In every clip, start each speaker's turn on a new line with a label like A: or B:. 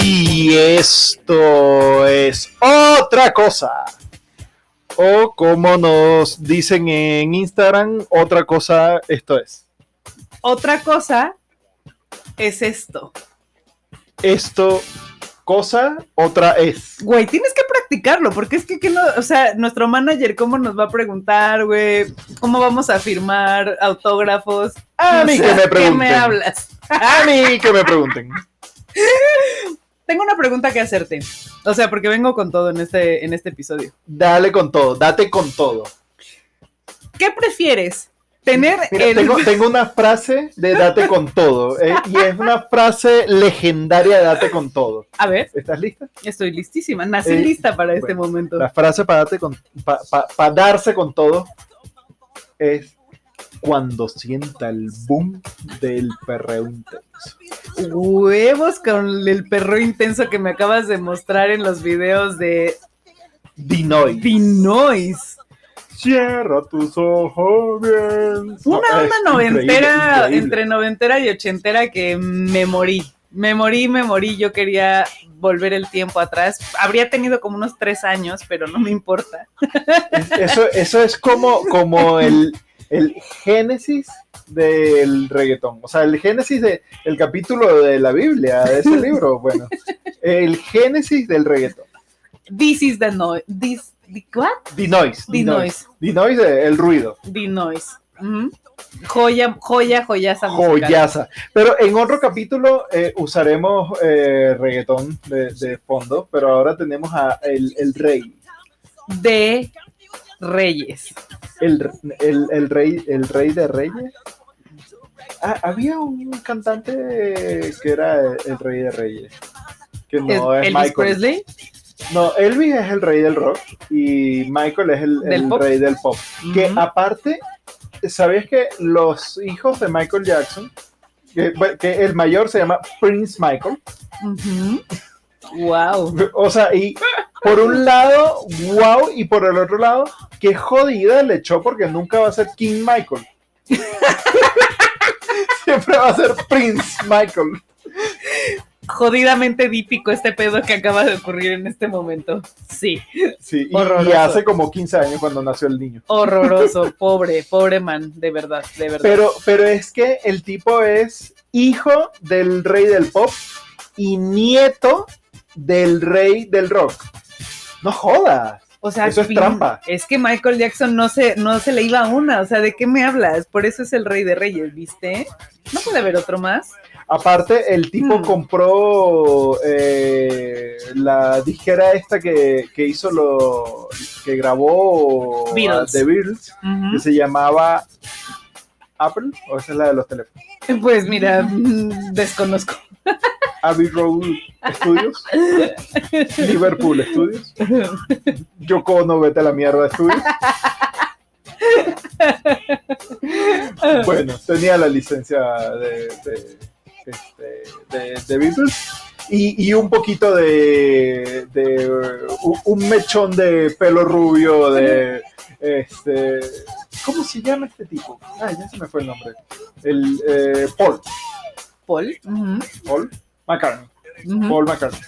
A: que esto es otra cosa. O como nos dicen en Instagram, otra cosa esto es.
B: Otra cosa es esto.
A: Esto cosa, otra es.
B: Güey, tienes que practicarlo, porque es que, que no, o sea, nuestro manager, ¿cómo nos va a preguntar, güey? ¿Cómo vamos a firmar autógrafos?
A: A
B: O
A: mí
B: sea,
A: que me
B: ¿Qué
A: pregunten.
B: me hablas?
A: A mí que me pregunten.
B: Tengo una pregunta que hacerte. O sea, porque vengo con todo en este, en este episodio.
A: Dale con todo, date con todo.
B: ¿Qué prefieres? Tener
A: Mira,
B: el.
A: tengo, tengo una frase de date con todo. eh, y es una frase legendaria de date con todo.
B: A ver,
A: ¿Estás lista?
B: estoy listísima. Nací
A: Eh,
B: lista para este
A: bueno,
B: momento.
A: La frase para date con pa- pa- pa darse con todo es cuando sienta el boom del perreo intenso.
B: Huevos con el perro intenso que me acabas de mostrar en los videos de
A: Dinoy.
B: Pinois.
A: Cierra tus ojos bien. No,
B: Una
A: es
B: onda noventera,
A: increíble, increíble.
B: entre noventera y ochentera que me morí. Me morí, me morí. Yo quería volver el tiempo atrás. Habría tenido como unos tres años, pero no me importa.
A: Eso, eso es como, como el, el génesis del reggaetón. O sea, el génesis del capítulo de la Biblia, de ese libro. Bueno, el génesis del reggaetón.
B: This is the noise. This, the, what?
A: Dinois.
B: The noise.
A: Dinois, eh, el ruido.
B: The noise. Ujú. Joya, joya, joyaza. musical.
A: Joyaza. Pero en otro capítulo eh, usaremos eh, reggaetón de, de fondo, pero ahora tenemos a el, el rey.
B: De Reyes.
A: El, el- el rey, el rey de reyes. Ah, había un cantante que era el, el rey de reyes. Que no es,
B: Elvis
A: Michael.
B: Presley.
A: No, Elvis es el rey del rock y Michael es el,
B: ¿Del
A: el
B: pop?
A: rey del pop. Que
B: Ujú.
A: aparte, ¿sabías que los hijos de Michael Jackson, que, que el mayor se llama Prince Michael?
B: Wow.
A: O sea, y por un lado, wow, y por el otro lado, qué jodida le echó porque nunca va a ser King Michael. Siempre va a ser Prince Michael.
B: Jodidamente dípico este pedo que acaba de ocurrir en este momento. Sí,
A: Sí, y- y,
B: Horroroso.
A: hace como 15 años cuando nació el niño.
B: horroroso, pobre, pobre man, de verdad, de verdad.
A: Pero, pero es que el tipo es hijo del rey del pop y nieto del rey del rock. No jodas.
B: o sea,
A: eso es
B: pin-
A: trampa.
B: Es que Michael Jackson no se, no se le iba a una, o sea, ¿de qué me hablas? Por eso es el rey de reyes, ¿viste? No puede haber otro más.
A: Aparte, el tipo
B: Hmm.
A: compró eh, la disquera esta que, que hizo lo que grabó
B: Beatles.
A: a The Beatles, que
B: Ujú.
A: se llamaba Apple, o esa es la de los teléfonos.
B: Pues mira, mm, desconozco.
A: Abbey Road Studios, Liverpool Studios, Yoko Ono, vete a la mierda Studios. Bueno, tenía la licencia de, de, este, de- de Beatles y, y un poquito de, de, uh, un mechón de pelo rubio de este ¿cómo se llama este tipo? Ay, ya se me fue el nombre. El eh, Paul,
B: Paul. Ujú,
A: Paul McCartney,
B: ujú.
A: Paul McCartney.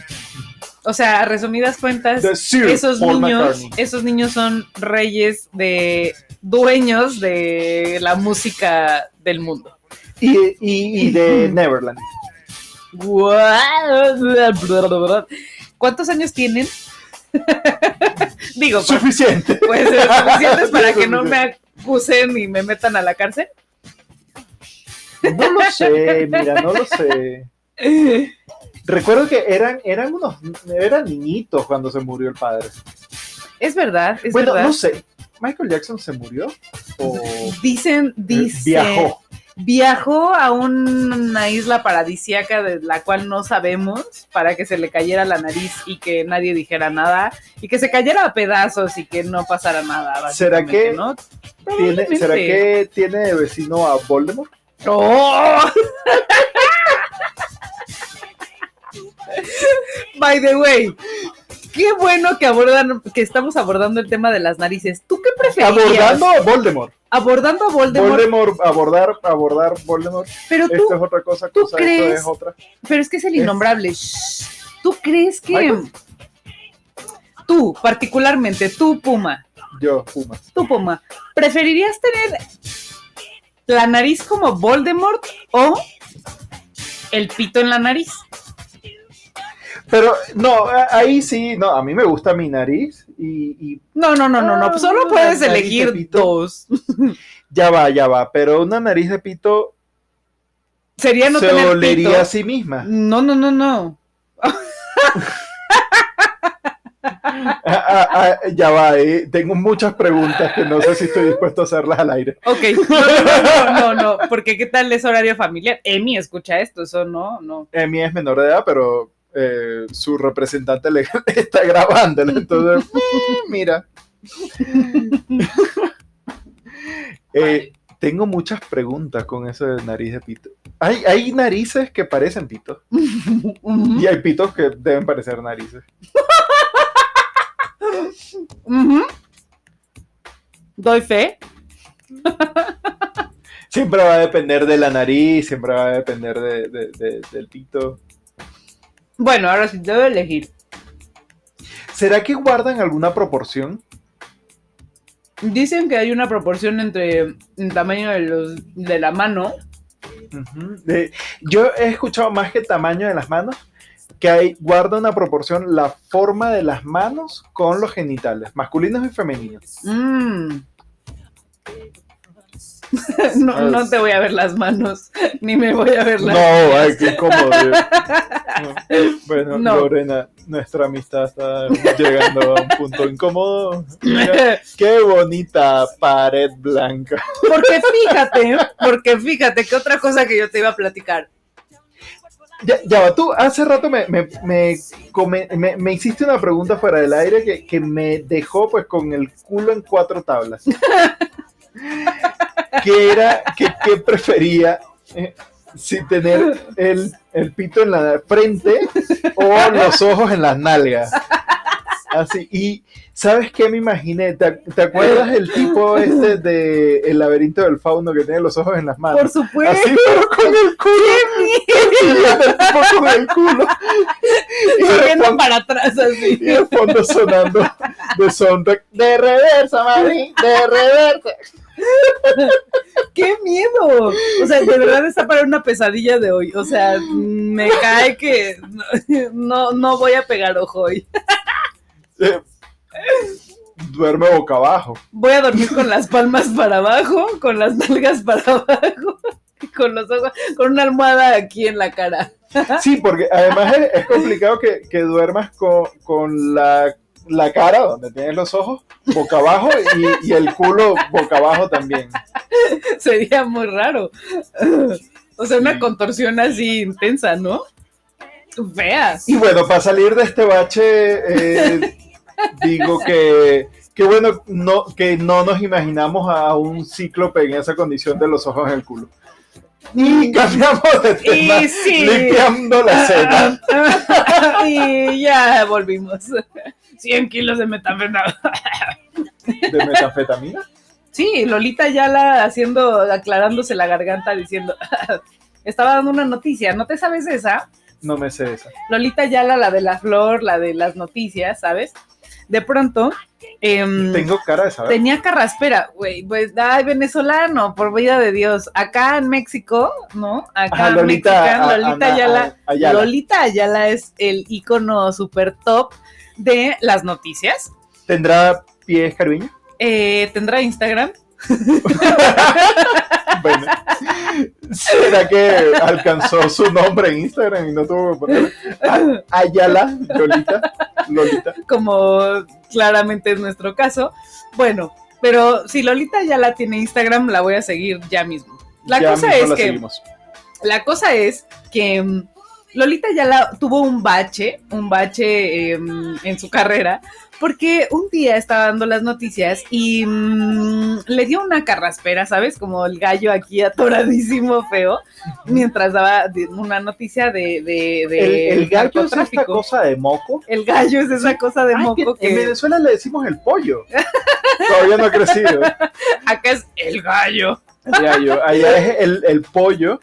B: O sea, a resumidas cuentas,
A: The Sir
B: esos
A: Paul
B: niños,
A: McCartney.
B: esos niños son reyes de dueños de la música del mundo.
A: Y, y- y de Neverland.
B: Guau. ¿Cuántos años tienen? Digo, pa-
A: Suficiente.
B: pues eh, suficientes para que no me acusen y me metan a la cárcel.
A: No lo sé, mira, no lo sé. Recuerdo que eran, eran unos, eran niñitos cuando se murió el padre.
B: Es verdad, es
A: bueno,
B: verdad.
A: no sé. Michael Jackson se murió o
B: Dicen, dice,
A: viajó.
B: viajó a una isla paradisiaca de la cual no sabemos para que se le cayera la nariz y que nadie dijera nada y que se cayera a pedazos y que no pasara nada. básicamente,
A: ¿Será que
B: ¿no?
A: Tiene-
B: Probablemente.
A: ¿Será que tiene de vecino a Voldemort?
B: ¡Oh! By the way, qué bueno que abordan, que estamos abordando el tema de las narices. ¿Tú qué preferirías?
A: Abordando a Voldemort.
B: Abordando a Voldemort,
A: Voldemort, abordar, abordar Voldemort.
B: pero tú
A: Esto es otra cosa,
B: tú
A: cosa, esto
B: crees-
A: es otra.
B: Pero es que es el
A: Es-
B: innombrable. Shh. ¿Tú ¿Tú crees que
A: Michael.
B: tú, particularmente, tú, Puma,
A: Yo, Pumas.
B: tú, Puma, preferirías tener la nariz como Voldemort o el pito en la nariz?
A: Pero no, a- ahí sí, no, a mí me gusta mi nariz y, y
B: No, no, no, no, no.
A: Ah,
B: Solo
A: la nariz
B: puedes
A: de
B: elegir
A: pito.
B: dos.
A: ya va, ya va. Pero una nariz de pito
B: Sería no
A: se
B: tener
A: olería
B: pito.
A: a sí misma.
B: No, no, no, no.
A: Ah, ah, ah, ya va, eh, tengo muchas preguntas que no sé si estoy dispuesto a hacerlas al aire.
B: Ok, no, no, no, no, no, porque qué tal es horario familiar. Emi, escucha esto, eso no, no.
A: Emi es menor de edad, pero eh, su representante legal está grabándolo. Entonces, mm, mira. Eh, tengo muchas preguntas con eso de nariz de pito. Hay, hay narices que parecen pitos
B: Ujú,
A: y hay pitos que deben parecer narices.
B: ujú. Doy fe.
A: Siempre va a depender de la nariz, siempre va a depender de- de- de- del pito.
B: Bueno, ahora sí debo elegir.
A: ¿Será que guardan alguna proporción?
B: Dicen que hay una proporción entre el tamaño de los de la mano.
A: Ujú. Eh, yo he escuchado más que tamaño de las manos, que hay, guarda una proporción la forma de las manos con los genitales, masculinos y femeninos.
B: Mm. No, no te voy a ver las manos, ni me voy a ver
A: No,
B: las
A: ay, qué incómodo. No. Eh, Bueno,
B: No.
A: Lorena, nuestra amistad está llegando a un punto incómodo. Mira, qué bonita pared blanca.
B: Porque fíjate, porque fíjate que otra cosa que yo te iba a platicar.
A: Ya, ya va, tú hace rato me, me, me, come- me- me hiciste una pregunta fuera del aire que, que me dejó pues con el culo en cuatro tablas. que era que, que prefería eh, si tener el, el pito en la frente o los ojos en las nalgas. Así, y ¿sabes qué me imaginé? ¿Te, ac- te acuerdas el tipo este de El laberinto del fauno que tiene los ojos en las manos?
B: Por supuesto.
A: Así, pero con el culo. Y el tipo con el culo. Y de,
B: Corriendo
A: fondo,
B: para atrás así.
A: y de fondo sonando de soundtrack. De reversa, mami. De reversa.
B: ¡Qué miedo! O sea, de verdad está para una pesadilla de hoy. O sea, me cae que no, no voy a pegar ojo hoy.
A: Eh, duerme boca abajo.
B: Voy a dormir con las palmas para abajo, con las nalgas para abajo, y con los ojos, con una almohada aquí en la cara.
A: Sí, porque además es, es complicado que, que duermas con, con la, la cara donde tienes los ojos boca abajo y, y el culo boca abajo también.
B: Sería muy raro. O sea, una contorsión así intensa, ¿no? Veas.
A: Y bueno, para salir de este bache, eh, digo que, que bueno, no, que no nos imaginamos a un cíclope en esa condición de los ojos en el culo. Y cambiamos de tema,
B: Y sí. Ah,
A: limpiando la escena.
B: y ya volvimos. 100 kilos de metanfetamina. ah.
A: ¿De metanfetamina?
B: Sí, Lolita ya la haciendo, aclarándose la garganta diciendo, estaba dando una noticia, ¿no te sabes esa?
A: No me sé esa.
B: Lolita Yala, la de la flor, la de las noticias, ¿sabes? De pronto, em,
A: Tengo cara de saber.
B: tenía carraspera, güey, pues, ay, venezolano, por vida de Dios, acá en México, ¿no? Acá
A: Ajá,
B: en México,
A: Lolita, a-
B: Lolita
A: a- a-
B: Ayala,
A: Ayala.
B: Lolita Ayala es el icono super top de las noticias.
A: ¿Tendrá pies caribeños?
B: Eh, ¿Tendrá Instagram?
A: Bueno. ¿Será que alcanzó su nombre en Instagram y no tuvo que poner A- Ayala, Lolita, Lolita?
B: como claramente es nuestro caso. Bueno, pero si Lolita ya la tiene Instagram, la voy a seguir ya mismo. La
A: Ya
B: cosa
A: mismo
B: es
A: la
B: que
A: seguimos.
B: la cosa es que mm, Lolita ya la tuvo un bache, un bache em, en su carrera, porque un día estaba dando las noticias y mm, le dio una carraspera, ¿sabes? Como el gallo aquí atoradísimo feo, mientras daba de- una noticia de, de, de
A: el, Eh, el gallo es esta
B: narcotráfico.
A: cosa de moco.
B: El gallo es esa cosa de
A: Ay,
B: moco
A: que En
B: que...
A: Venezuela le decimos el pollo. Todavía no ha crecido.
B: Acá es el gallo.
A: Ya, yo- allá es el, el pollo.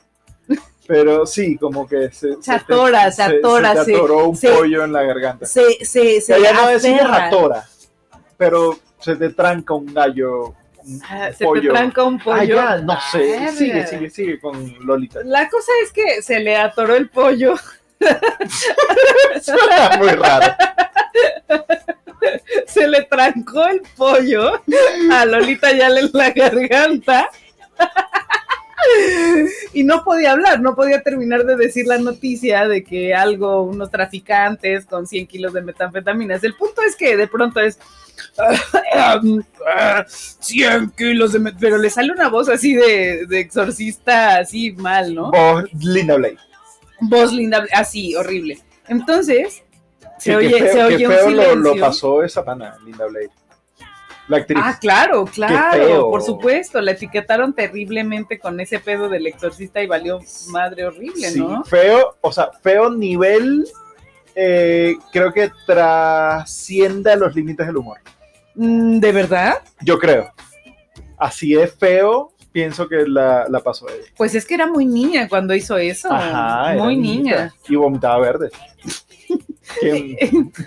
A: Pero sí, como que se,
B: Se atora, se atora,
A: se,
B: se-
A: atoró un
B: se-
A: pollo en la garganta.
B: Se, se, se
A: ya no decimos
B: aferra.
A: atora, pero se te tranca un gallo, un
B: Ah, Se te
A: pollo.
B: tranca un pollo.
A: Ah, ya, no sé.
B: Verga.
A: Sigue, sigue, sigue con Lolita.
B: La cosa es que se le atoró el pollo.
A: Muy raro.
B: se le trancó el pollo a Lolita Yala en la garganta. Y no podía hablar, no podía terminar de decir la noticia de que algo, unos traficantes con 100 kilos de metanfetaminas. El punto es que de pronto es 100 kilos de met- pero le sale una voz así de, de exorcista, así mal, ¿no?
A: Vos, Linda Blake.
B: Voz linda, así, horrible. Entonces,
A: Sí,
B: se
A: qué
B: oye,
A: feo-
B: se
A: qué
B: oye un
A: feo lo,
B: silencio.
A: lo pasó esa pana, Linda Blake. La actriz.
B: Ah, claro,
A: feo.
B: claro, por supuesto, la etiquetaron terriblemente con ese pedo del exorcista y valió madre horrible,
A: Sí,
B: ¿no?
A: feo, o sea, feo nivel. eh, creo que trasciende a los límites del humor.
B: Mm, ¿De verdad?
A: Yo creo. Así es feo, pienso que la, la pasó ella.
B: Pues es que era muy niña cuando hizo eso,
A: era
B: muy
A: niñita.
B: niña.
A: Y vomitaba verde. ¿Quién,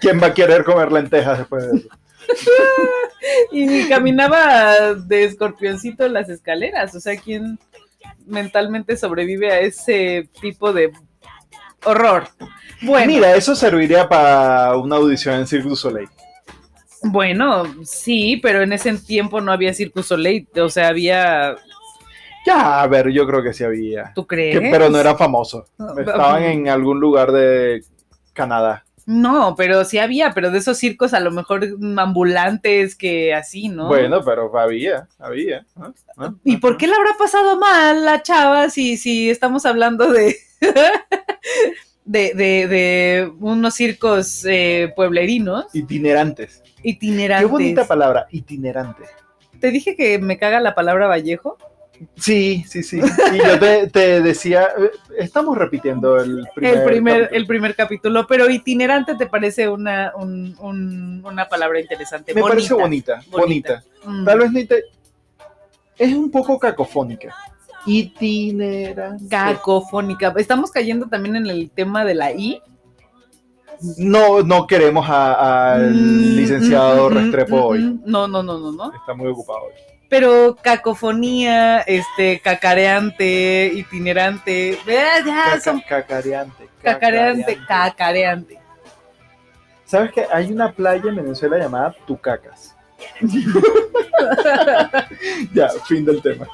A: quién va a querer comer lentejas después de eso?
B: Y caminaba de escorpioncito en las escaleras, o sea, ¿quién mentalmente sobrevive a ese tipo de horror? Bueno,
A: Mira, eso serviría para una audición en Cirque du Soleil.
B: bueno, sí, pero en ese tiempo no había Circus Soleil, o sea, había,
A: Ya, a ver, yo creo que sí había.
B: ¿tú crees?
A: Que- pero no era famoso.
B: No,
A: Estaban
B: no.
A: en algún lugar de Canadá.
B: No, pero sí había, pero de esos circos a lo mejor ambulantes que así, ¿no?
A: Bueno, pero había, había. ¿no? ¿no?
B: ¿Y por qué le habrá pasado mal la chava si, si estamos hablando de, de, de- de unos circos eh, pueblerinos
A: Itinerantes.
B: itinerantes?
A: Qué bonita palabra, itinerante.
B: Te dije que me caga la palabra Vallejo.
A: Sí, sí, sí. Y yo te, te decía, eh, estamos repitiendo el primer.
B: el, primer,
A: capítulo.
B: el primer capítulo, pero itinerante te parece una, un- un- una palabra interesante.
A: Me parece bonita, bonita.
B: bonita. Mm.
A: Tal vez ni te- Es un poco cacofónica. Itinerante.
B: Cacofónica. Estamos cayendo también en el tema de la I.
A: No, no queremos a- al
B: Mm,
A: licenciado
B: mm, mm,
A: Restrepo
B: mm,
A: hoy.
B: mm. No, no, no, no, no.
A: Está muy ocupado hoy.
B: Pero cacofonía, este, cacareante, itinerante, ah, ya,
A: Caca-
B: son
A: cacareante.
B: cacareante, cacareante.
A: ¿Sabes que hay una playa en Venezuela llamada Tucacas? ya, fin del tema.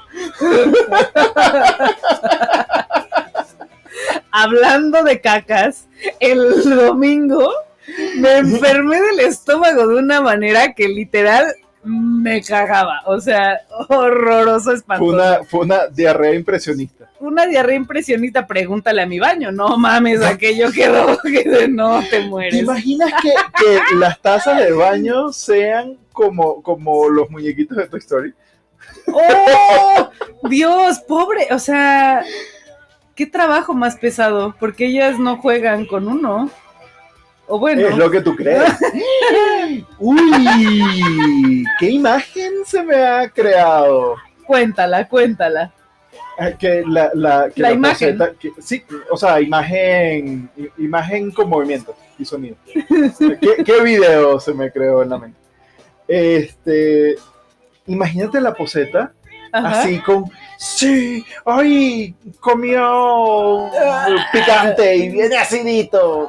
B: Hablando de cacas, el domingo me enfermé del estómago de una manera que literal me cagaba, o sea, horroroso,
A: Fue
B: espantoso.
A: una, fue una diarrea impresionista.
B: una diarrea impresionista, pregúntale a mi baño. No mames, aquello quedó que de no
A: ¿Te
B: te mueres.
A: imaginas que, que las tazas de baño sean como, como los muñequitos de Toy Story?
B: ¡Oh! Dios, pobre. O sea, qué trabajo más pesado, porque ellas no juegan con uno. O
A: Es
B: bueno,
A: lo que tú crees. ¡Uy! ¿Qué imagen se me ha creado?
B: cuéntala, cuéntala.
A: Ah, Que la, la, que
B: La imagen.
A: poseta- que- sí, o sea, imagen, i- imagen con movimiento y sonido. ¿Qué, qué video se me creó en la mente? Este, imagínate la poseta
B: Ajá.
A: así con sí, ay, comió picante y bien acidito.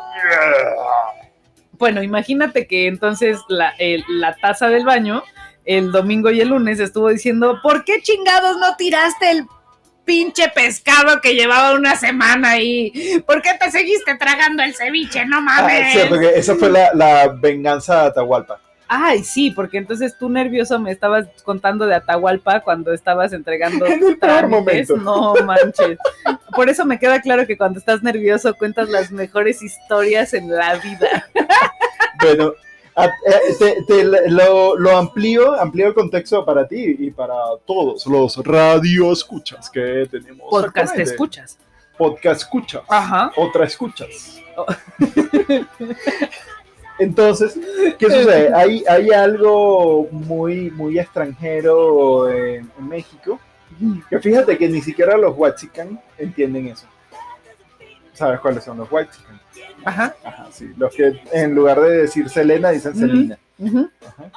B: Bueno, imagínate que entonces la, el- la taza del baño el domingo y el lunes estuvo diciendo, ¿por qué chingados no tiraste el pinche pescado que llevaba una semana ahí? ¿Por qué te seguiste tragando el ceviche? No
A: Ah, es cierto
B: mames.
A: que esa fue la, la venganza de Atahualpa.
B: Ay, sí, porque entonces tú nervioso me estabas contando de Atahualpa cuando estabas entregando
A: En el peor
B: trámites.
A: momento.
B: No manches. Por eso me queda claro que cuando estás nervioso cuentas las mejores historias en la vida.
A: Bueno, a- eh, te- te lo, lo amplío, amplío el contexto para ti y para todos los radio escuchas que tenemos.
B: Podcast te
A: actualmente.
B: escuchas.
A: Podcast escuchas.
B: Ajá.
A: Otra escuchas.
B: Oh.
A: Entonces, ¿qué sucede? Hay, hay algo muy, muy extranjero en, en México. Que fíjate que ni siquiera los huachican entienden eso. ¿Sabes cuáles son los White Chicken?
B: Ajá.
A: Ajá, sí. Los que en lugar de decir Selena dicen
B: Ujú.
A: Selena.
B: ujú.
A: Ajá.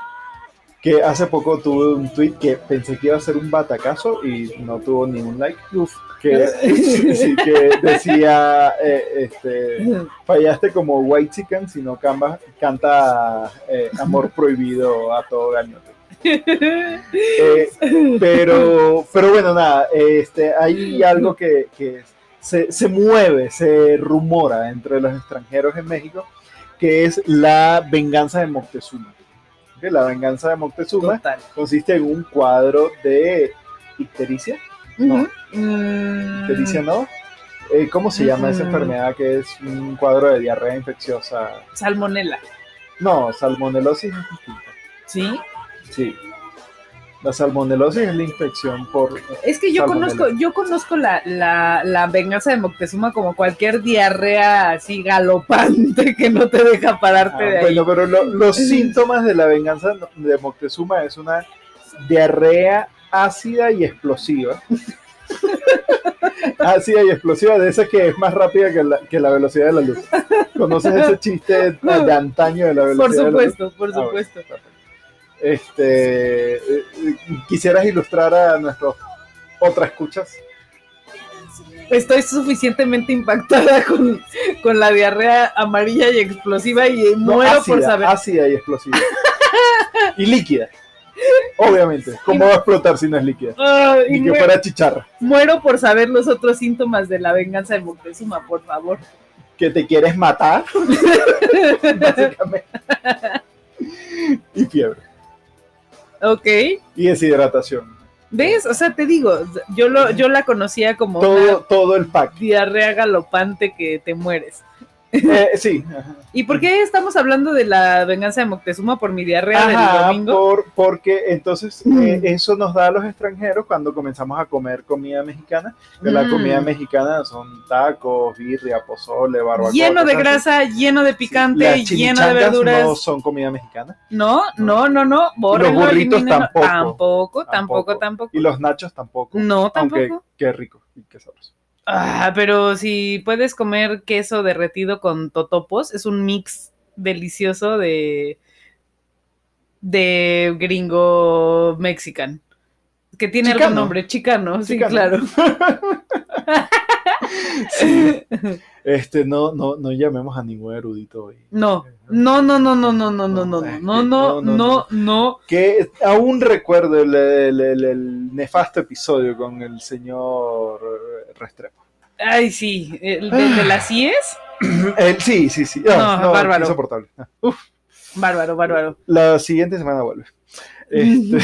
A: Que hace poco tuve un tweet que pensé que iba a ser un batacazo y no tuvo ningún like.
B: Uf.
A: Que, sí, que decía, eh, este, fallaste como White Chicken si no camba- canta eh, Amor Prohibido a todo gañote. Eh, pero, pero bueno, nada, este, hay algo que, que se, se mueve, se rumora entre los extranjeros en México, que es la venganza de Moctezuma. Ok, La venganza de Moctezuma
B: Total.
A: consiste en un cuadro de ictericia, No.
B: Ujú. Mm,
A: ictericia no, Eh, ¿cómo se llama esa
B: Mm.
A: enfermedad que es un cuadro de diarrea infecciosa?
B: Salmonela.
A: No, salmonelosis es distinta.
B: Sí.
A: Sí. La salmonelosis es la infección por...
B: Es que yo
A: Salmonela.
B: conozco, yo conozco la, la, la venganza de Moctezuma como cualquier diarrea así galopante que no te deja pararte
A: Ah,
B: de ahí.
A: bueno, pero lo- los síntomas de la venganza de Moctezuma es una diarrea ácida y explosiva. ácida y explosiva, de esas que es más rápida que la, que la velocidad de la luz. ¿Conoces ese chiste de, de antaño de la velocidad
B: por
A: de la luz?
B: supuesto, por
A: Ah, bueno,
B: supuesto.
A: perfecto. Este, eh, eh, ¿Quisieras ilustrar a nuestros otras escuchas?
B: Estoy suficientemente impactada con, con la diarrea amarilla y explosiva y
A: No, ah,
B: muero
A: ácida,
B: por saber.
A: Ácida y explosiva. y líquida. Obviamente. ¿Cómo va a explotar si no es líquida?
B: Ay,
A: Ni ah, que
B: muero,
A: fuera chicharra.
B: muero por saber los otros síntomas de la venganza de Moctezuma, por favor.
A: Que te quieres matar. básicamente. y fiebre.
B: Ok.
A: Y deshidratación.
B: ¿Ves? O sea, te digo, yo lo, yo la conocía como
A: Todo,
B: una
A: todo el pack.
B: diarrea galopante que te mueres.
A: Eh, sí. ajá.
B: ¿Y por qué estamos hablando de la venganza de Moctezuma por mi diarrea del
A: Ajá,
B: domingo?
A: por, porque entonces
B: Mm.
A: eh, eso nos da a los extranjeros cuando comenzamos a comer comida mexicana. Que la
B: Mm.
A: comida mexicana son tacos, birria, pozole, barbacoa.
B: lleno
A: cosas
B: de
A: así.
B: grasa, lleno de picante,
A: Las
B: lleno de
A: chimichangas
B: verduras.
A: No son comida mexicana.
B: No, no, no, no. bórrenlo,
A: burritos
B: elimínenlo.
A: tampoco.
B: Tampoco, tampoco,
A: Tampoco.
B: tampoco.
A: Y los nachos tampoco.
B: No, tampoco.
A: Aunque qué rico y qué sabroso.
B: Ah, pero si puedes comer queso derretido con totopos, es un mix delicioso de de gringo mexican. Que tiene algún
A: Chicano.
B: nombre, chicano,
A: Chicano.
B: sí, claro.
A: Este, no, no, no llamemos a ningún erudito hoy.
B: No, no, no, no, no, no, no, no, no,
A: es que
B: no, no, no, no.
A: Que aún recuerdo el, el- el- el nefasto episodio con el señor eh, Restrepo.
B: Ay, sí, el de, de las CIES,
A: El- sí, sí, sí.
B: No, bárbaro.
A: Insoportable.
B: bárbaro, bárbaro.
A: La siguiente semana vuelve. Este,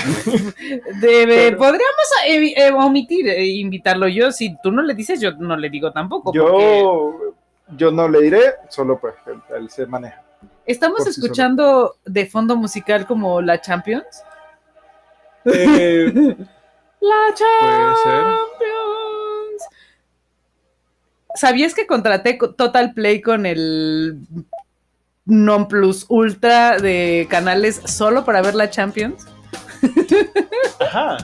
B: Debe-
A: Pero-
B: podríamos eh, eh, omitir eh, invitarlo yo. Si tú no le dices, yo no le digo tampoco. porque
A: yo, yo no le diré, solo pues él, él se maneja.
B: estamos
A: por sí
B: escuchando de fondo musical como la Champions.
A: Eh,
B: La
A: Puede ser.
B: Champions. ¿Sabías que contraté co- Total Play con el Non Plus Ultra de canales solo para ver la Champions?
A: ajá.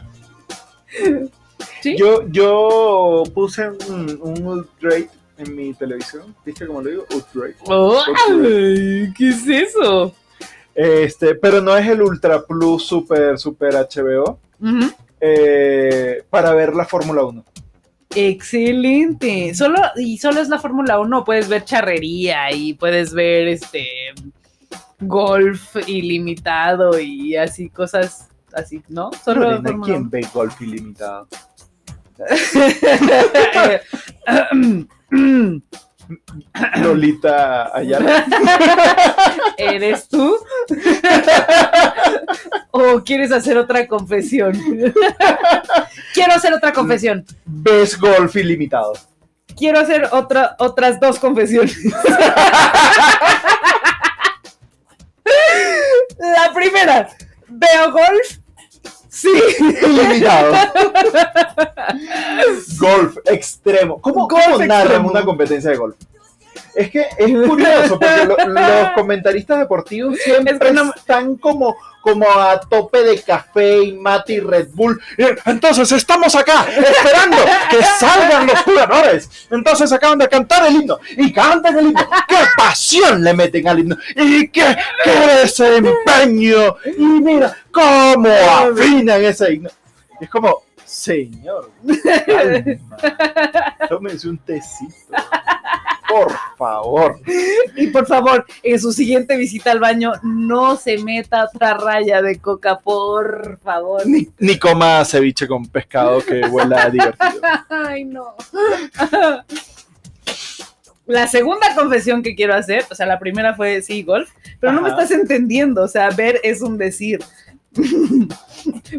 B: Sí.
A: Yo, yo puse un, un upgrade en mi televisión. ¿Viste cómo lo digo? Upgrade.
B: Oh,
A: Ultra.
B: ay, ¿Qué es eso?
A: Este, pero no es el Ultra Plus Super Super HBO
B: Ujú.
A: eh, para ver la Fórmula 1.
B: Excelente. Solo, y solo es la Fórmula 1, puedes ver charrería y puedes ver este golf ilimitado y así cosas así, ¿no? Solo la
A: Lorena,
B: Fórmula
A: ¿quién ve golf ilimitado?
B: 1.
A: Lolita Ayala.
B: ¿Eres tú? ¿O quieres hacer otra confesión? Quiero hacer otra confesión.
A: ¿Ves golf ilimitado?
B: Quiero hacer otra, otras dos confesiones. La primera, ¿veo golf? Sí.
A: Ilimitado. golf extremo. ¿Cómo,
B: Golf
A: cómo narran
B: extremo.
A: una competencia de golf? Es que es curioso, porque lo- los comentaristas deportivos siempre
B: Es que no-
A: están como, como a tope de café y mate y Red Bull. Entonces estamos acá esperando que salgan los jugadores. Entonces acaban de cantar el himno y cantan el himno. ¡Qué pasión le meten al himno! ¡Y qué, qué desempeño! Y mira cómo afinan ese himno. Es como, señor, calma. tómense un tecito. Por favor.
B: Y por favor, en su siguiente visita al baño, no se meta otra raya de coca, por favor.
A: Ni, ni coma ceviche con pescado que huela divertido.
B: Ay, no. La segunda confesión que quiero hacer, o sea, la primera fue sí, golf, pero no me
A: Ajá.
B: estás entendiendo, o sea, ver es un decir.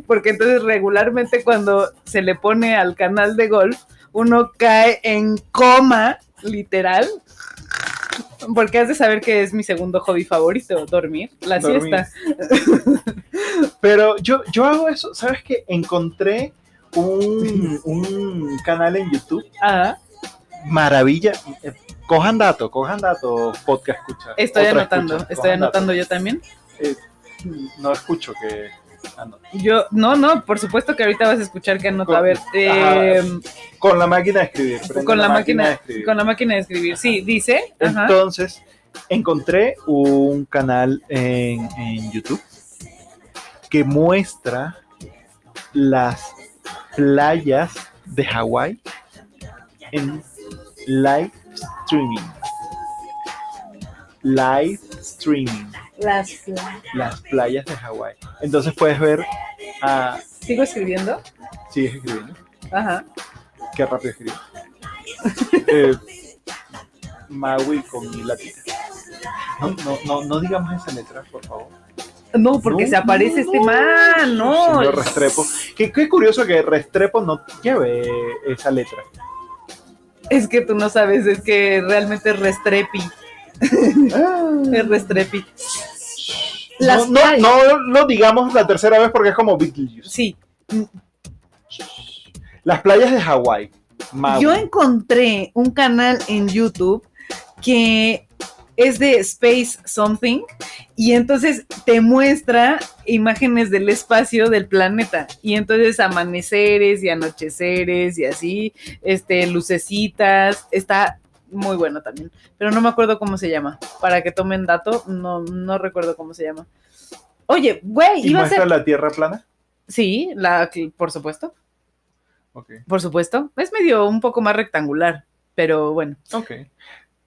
B: Porque entonces regularmente cuando se le pone al canal de golf, uno cae en coma, literal, porque has de saber que es mi segundo hobby favorito, dormir, la
A: Dormir.
B: siesta.
A: Pero yo, yo hago eso, ¿sabes qué? Encontré un, un canal en YouTube,
B: Ah,
A: maravilla. Eh, Cojan dato, cojan dato, podcast escucha.
B: estoy
A: otra
B: anotando,
A: escucha,
B: estoy
A: cojan dato.
B: anotando yo también.
A: Eh, no escucho que... ah, no.
B: Yo, no, no, por supuesto que ahorita vas a escuchar que anoto. A ver, eh,
A: Con la máquina de escribir. prende
B: con la máquina,
A: de escribir.
B: con la máquina de escribir. Sí, dice. Ajá.
A: Entonces, encontré un canal en, en YouTube que muestra las playas de Hawái en live streaming. Live streaming,
B: Las,
A: las playas de Hawái. Entonces puedes ver a.
B: Sigo escribiendo.
A: ¿Sigues escribiendo?
B: Ajá.
A: Qué rápido escribí. Eh, Maui con mi lápiz. No, no, no, no digamos esa letra, por favor.
B: No, porque
A: No,
B: se aparece
A: no,
B: este man, no.
A: Señor Restrepo. Qué, qué curioso que Restrepo no lleve esa letra.
B: Es que tú no sabes, es que realmente es Restrepi.
A: Ah.
B: Es Restrepi.
A: No,
B: Las
A: no,
B: playas.
A: no lo digamos la tercera vez porque es como Beetlejuice.
B: Sí,
A: Las playas de Hawái. Maui.
B: Yo encontré un canal en YouTube que es de Space Something y entonces te muestra imágenes del espacio del planeta y entonces amaneceres y anocheceres y así, este, lucecitas, está muy bueno también, pero no me acuerdo cómo se llama, para que tomen dato, no, no recuerdo cómo se llama. Oye, güey,
A: ¿Y
B: iba a
A: muestra
B: ser...
A: la tierra plana?
B: Sí, la, por supuesto,
A: Ok.
B: por supuesto, es medio un poco más rectangular, pero bueno.
A: Ok.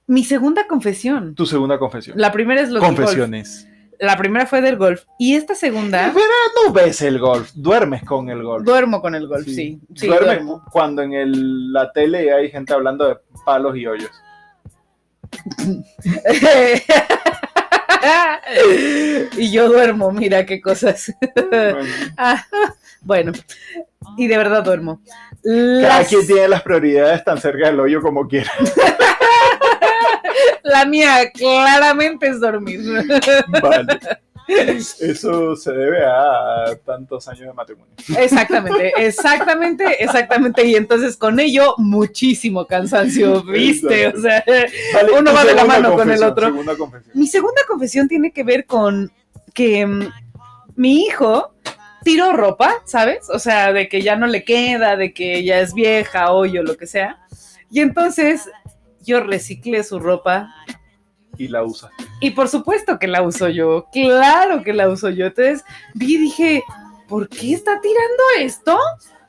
B: Mi segunda confesión.
A: Tu segunda confesión.
B: La primera es lo del golf.
A: Confesiones.
B: La primera fue del golf. Y esta segunda,
A: No ves el golf, duermes con el golf.
B: duermo con el golf, sí. sí,
A: Duerme
B: duermo.
A: cuando en el- la tele hay gente hablando de palos y hoyos.
B: y yo duermo, mira qué cosas.
A: Bueno,
B: Ah, bueno, y de verdad duermo.
A: Cada
B: Las-
A: quien tiene las prioridades tan cerca del hoyo como quiera.
B: la mía claramente es dormir.
A: Vale. Eso se debe a tantos años de matrimonio.
B: exactamente, exactamente, exactamente. Y entonces con ello, muchísimo cansancio, viste. O sea,
A: Vale,
B: Uno
A: tu
B: va de la
A: segunda
B: mano con el
A: confesión,
B: otro.
A: segunda confesión.
B: Mi segunda confesión tiene que ver con que mm, mi hijo tiró ropa, ¿sabes? O sea, de que ya no le queda, de que ya es vieja, hoyo, lo que sea. Y entonces yo reciclé su ropa
A: Y la usa.
B: y por supuesto que la uso yo, claro que la uso yo. Entonces vi y dije, ¿por qué está tirando esto?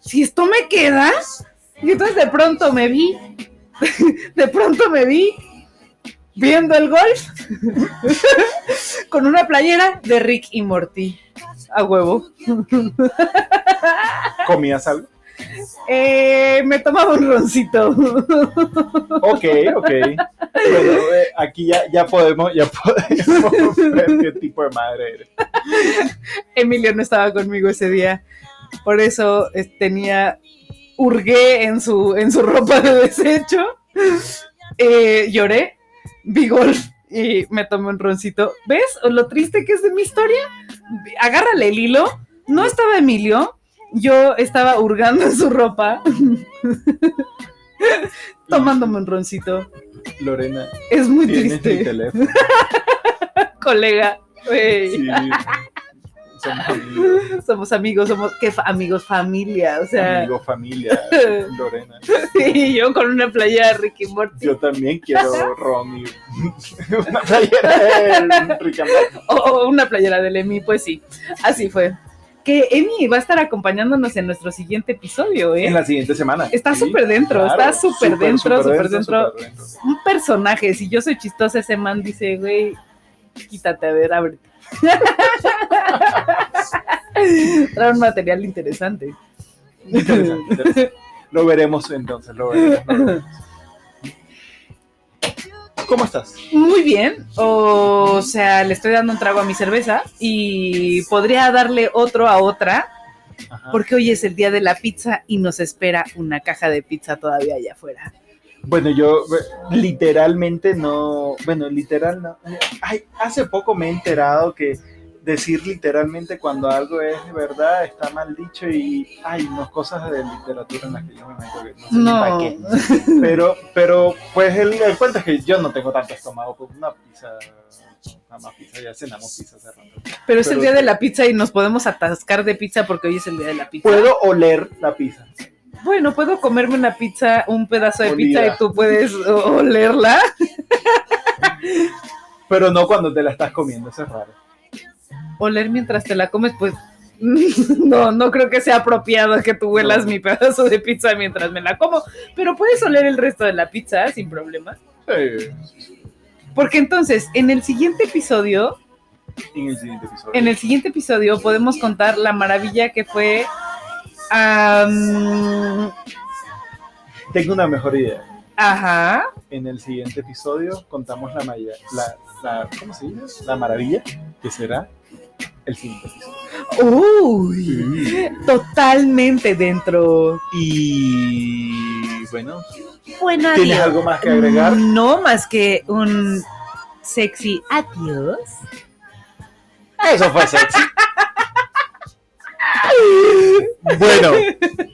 B: Si esto me queda. Y entonces de pronto me vi, de pronto me vi viendo el golf con una playera de Rick y Morty. A huevo.
A: ¿Comías algo?
B: Eh, me tomaba un roncito.
A: Ok, ok. Bueno, eh, aquí ya, ya podemos, ya podemos ver qué tipo de madre eres.
B: Emilio no estaba conmigo ese día. Por eso eh, tenía hurgué en su, en su ropa de desecho. Eh, lloré, vi golf y me tomé un roncito. ¿Ves lo triste que es de mi historia? Agárrale el hilo. No estaba Emilio. Yo estaba hurgando en su ropa, tomándome un roncito.
A: Lorena,
B: Es muy
A: tienes mi
B: triste,
A: teléfono.
B: colega. güey.
A: Sí. Somos amigos,
B: Somos amigos, somos ¿qué fa- amigos, familia. O sea,
A: amigos, familia, Lorena.
B: sí, yo con una playa de Ricky Morty
A: Yo también quiero Ronnie. Una playera de Rick and Morty.
B: o una playera de Emi, pues sí, así fue. Que Emi va a estar acompañándonos en nuestro siguiente episodio, ¿eh?
A: En la siguiente semana.
B: Está
A: Sí,
B: súper dentro,
A: claro.
B: está súper dentro, súper dentro.
A: súper dentro.
B: Un personaje, si yo soy chistosa, ese man dice, güey, quítate, a ver, ábrete. Trae un material interesante.
A: Interesante, interesante. Lo veremos entonces, lo veremos. lo veremos. ¿Cómo estás?
B: Muy bien, o sea, le estoy dando un trago a mi cerveza y podría darle otro a otra,
A: Ajá.
B: porque hoy es el día de la pizza y nos espera una caja de pizza todavía allá afuera.
A: Bueno, yo eh, literalmente no, bueno, literal no. eh, Ay, hace poco me he enterado que decir literalmente cuando algo es de verdad está mal dicho y hay no cosas de literatura en las que yo me meto que no sé ni para
B: No,
A: qué. Pero, pero, pues el, el cuento es que yo no tengo tanto estómago por una pizza, nada más pizza, ya cenamos pizza hace rato.
B: pero es el
A: Pero-
B: día de la pizza y nos podemos atascar de pizza porque hoy es el día de la pizza.
A: Puedo oler la pizza.
B: Bueno, puedo comerme una pizza, un pedazo de
A: Olida.
B: pizza y tú puedes o- olerla.
A: Pero no cuando te la estás comiendo, eso es raro.
B: Oler mientras te la comes, pues no, no creo que sea apropiado que tú huelas
A: No.
B: mi pedazo de pizza mientras me la como, pero puedes oler el resto de la pizza sin problema. Porque entonces, en el siguiente episodio,
A: En el siguiente episodio.
B: en el siguiente episodio podemos contar la maravilla que fue am,
A: Tengo una mejor idea.
B: ajá,
A: En el siguiente episodio contamos la, maya, la, la- ¿cómo se dice? La maravilla que será el siguiente episodio.
B: uy, totalmente dentro.
A: Y bueno,
B: Bueno,
A: ¿tienes
B: adiós.
A: algo más que agregar?
B: No más que un sexy adiós.
A: Eso fue sexy. bueno,